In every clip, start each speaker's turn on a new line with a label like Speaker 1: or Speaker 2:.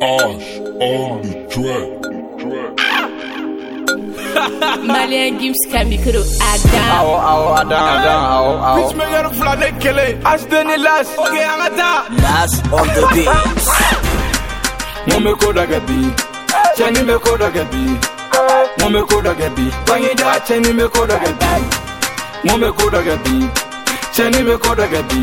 Speaker 1: Ash on the track.
Speaker 2: Malien Gims ka mikro aga
Speaker 3: Awo awo adan adan awo awo
Speaker 4: Bitch, me yɛrɛ fila ne kelen Ashton ni Lash Ok, an ka taa
Speaker 3: Last of the beats
Speaker 4: Mun bɛ ko dɔ kɛ bi Cɛnni bɛ ko dɔ kɛ bi Mun bɛ ko dɔ kɛ bi Bangeja cɛnni bɛ ko dɔ kɛ bi Mun bɛ ko dɔ kɛ bi Cɛnni bɛ ko dɔ kɛ bi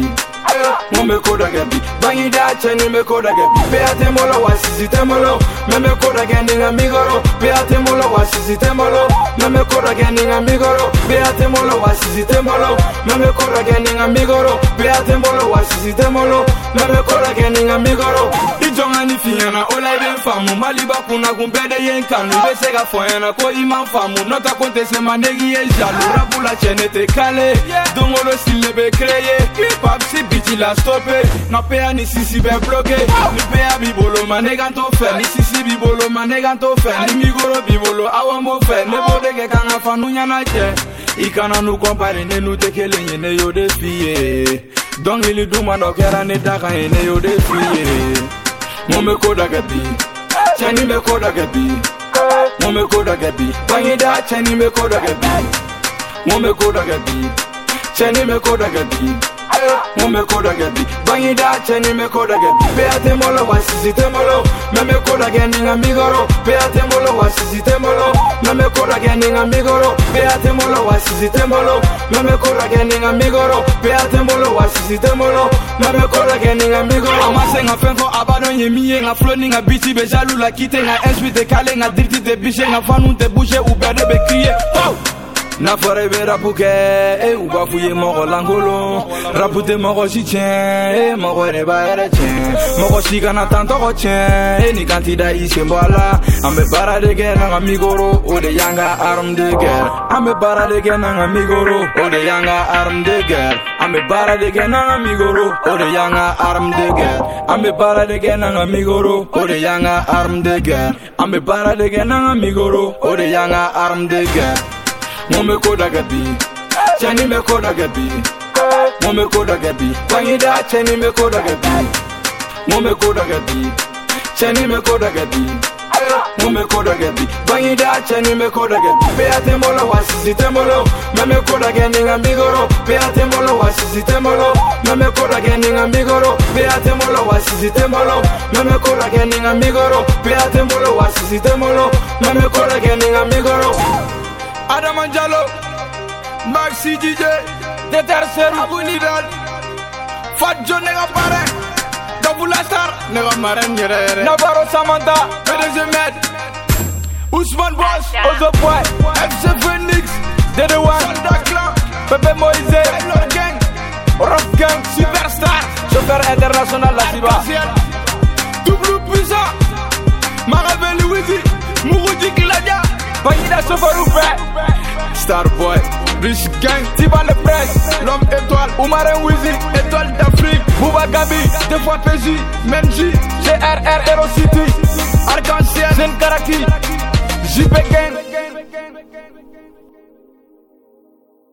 Speaker 4: Mun bɛ ko dɔ kɛ bi Bangeja cɛnni bɛ ko dɔ kɛ bi Bɛya tɛ n bolo wa sisi tɛ n bolo Mɛ n bɛ ko dɔ kɛ ni n ka mikoro Bɛya tɛ n bolo wa sisi tɛ n bolo Mɛ n bɛ ko dɔ kɛ ni n ka mikoro Bɛya tɛ n bolo wa sisi tɛ n bolo Mɛ n bɛ ko dɔ kɛ ni n ka mikoro Bɛya tɛ n bolo wa sisi tɛ n bolo Mɛ n bɛ ko dɔ kɛ ni n ka mikoro i jɔn ka nin f'i ɲɛna o la i bɛ n faamu maliba kunnakun bɛɛ de ye n kanu i bɛ se ka fɔ n ɲɛna ko i ma n faamu n'o tɛ ko n tɛ se ma ne k'i ye jalu rabu la cɛ ne tɛ kale don o don style bɛ créé papsi biti la stoppé nka peya ni sisi bɛ bloqué ni peya b'i bolo ma ne ka n t'o fɛ ni sisi b'i bolo ma ne ka n t'o fɛ ni mikoro b'i bolo awa n b'o fɛ ne b'o de kɛ ka n ka fanu ɲɛnajɛ i kana n'u kɔnpare ne n'u tɛ kelen ye ne y'o de f'i ye dɔnkili duman dɔ kɛra ne da kan ye ne y'o de f'i ye mun bɛ ko dɔ kɛ bi cɛnni bɛ ko dɔ kɛ bi mun bɛ ko dɔ kɛ bi bangeda cɛnni bɛ ko dɔ kɛ bi mun bɛ ko dɔ kɛ bi cɛnni bɛ ko dɔ kɛ bi mun bɛ ko dɔ kɛ bi bangeda cɛnni bɛ ko dɔ kɛ bi bɛya tɛ n bolo wa sisi tɛ n bolo mɛ n bɛ ko dɔ kɛ ni n ka mikoro bɛya tɛ n bolo wa sisi tɛ n bolo mɛ n bɛ ko dɔ kɛ ni n ka mikoro bɛya tɛ n bolo wa sisi tɛ n bolo mɛ n bɛ ko dɔ kɛ ni n ka mikoro bɛya tɛ n bolo wa sisi tɛ n bolo mɛ n bɛ ko dɔ kɛ ni n ka mikoro. a ma se nka fɛn fɔ a b'a dɔn ye min ye nka flo ni nka biti bɛ jalu la kite nka ɛnsuwi tɛ kale nka diriti tɛ bise nka fanu tɛ bouge u bɛɛ de bɛ kriye. Pow! n'a fɔra i bɛ rapu kɛ e u b'a f'u ye mɔgɔ lankolon rapu tɛ mɔgɔ si tiɲɛ e mɔgɔ yɛrɛ b'a yɛrɛ tiɲɛ mɔgɔ si kana tan tɔgɔ tiɲɛ e ni kan ti da i sen bɔ a la an bɛ baara de kɛ n'an ka mikoro o de y'an ka arme de guerre an bɛ baara de kɛ n'an ka mikoro o de y'an ka arme de guerre an bɛ baara de kɛ n'an ka mikoro o de y'an ka arme de guerre an bɛ baara de kɛ n'an ka mikoro o de y'an ka arme de guerre an bɛ baara de kɛ n'an ka mikoro o de y'an ka arme de guerre mun bɛ ko dɔ kɛ bi cɛnni bɛ ko dɔ kɛ bi mun bɛ ko dɔ kɛ bi bangeda cɛnni bɛ ko dɔ kɛ bi mun bɛ ko dɔ kɛ bi cɛnni bɛ ko dɔ kɛ bi mun bɛ ko dɔ kɛ bi bangeda cɛnni bɛ ko dɔ kɛ bi peya tɛ n bolo wa sisi tɛ n bolo mɛ n bɛ ko dɔ kɛ ni n ka mikoro peya tɛ n bolo wa sisi tɛ n bolo mɛ n bɛ ko dɔ kɛ ni n ka mikoro peya tɛ n bolo wa sisi tɛ n bolo mɛ n bɛ ko dɔ kɛ ni n ka mikoro peya tɛ n bolo wa sisi tɛ n bolo mɛ n bɛ ko dɔ kɛ ni n ka mikoro. Adama Diallo Maxi DJ Deter Seru Abu Nidal Fat John ne ka pare Dabula Star ne ka marraine yɛrɛ yɛrɛ Navarro Samantha PDG Med Ousmane Boss Ozo Boy FC Phoenix Dede One Solda Club Pepe Moise Taylor Gang Rock Gang Superstar Chauffeur International La Siba Double Puissant Marabel Louisi Mouroudi Kiladia Bagida chauffeur ouvert Starboy Rich Gang Tiba le presse L'homme étoile Oumarin Wizi Étoile d'Afrique Bouba Gabi Deux fois PJ Menji GRR Hero City Arc-en-Ciel Zen Karaki JP Gang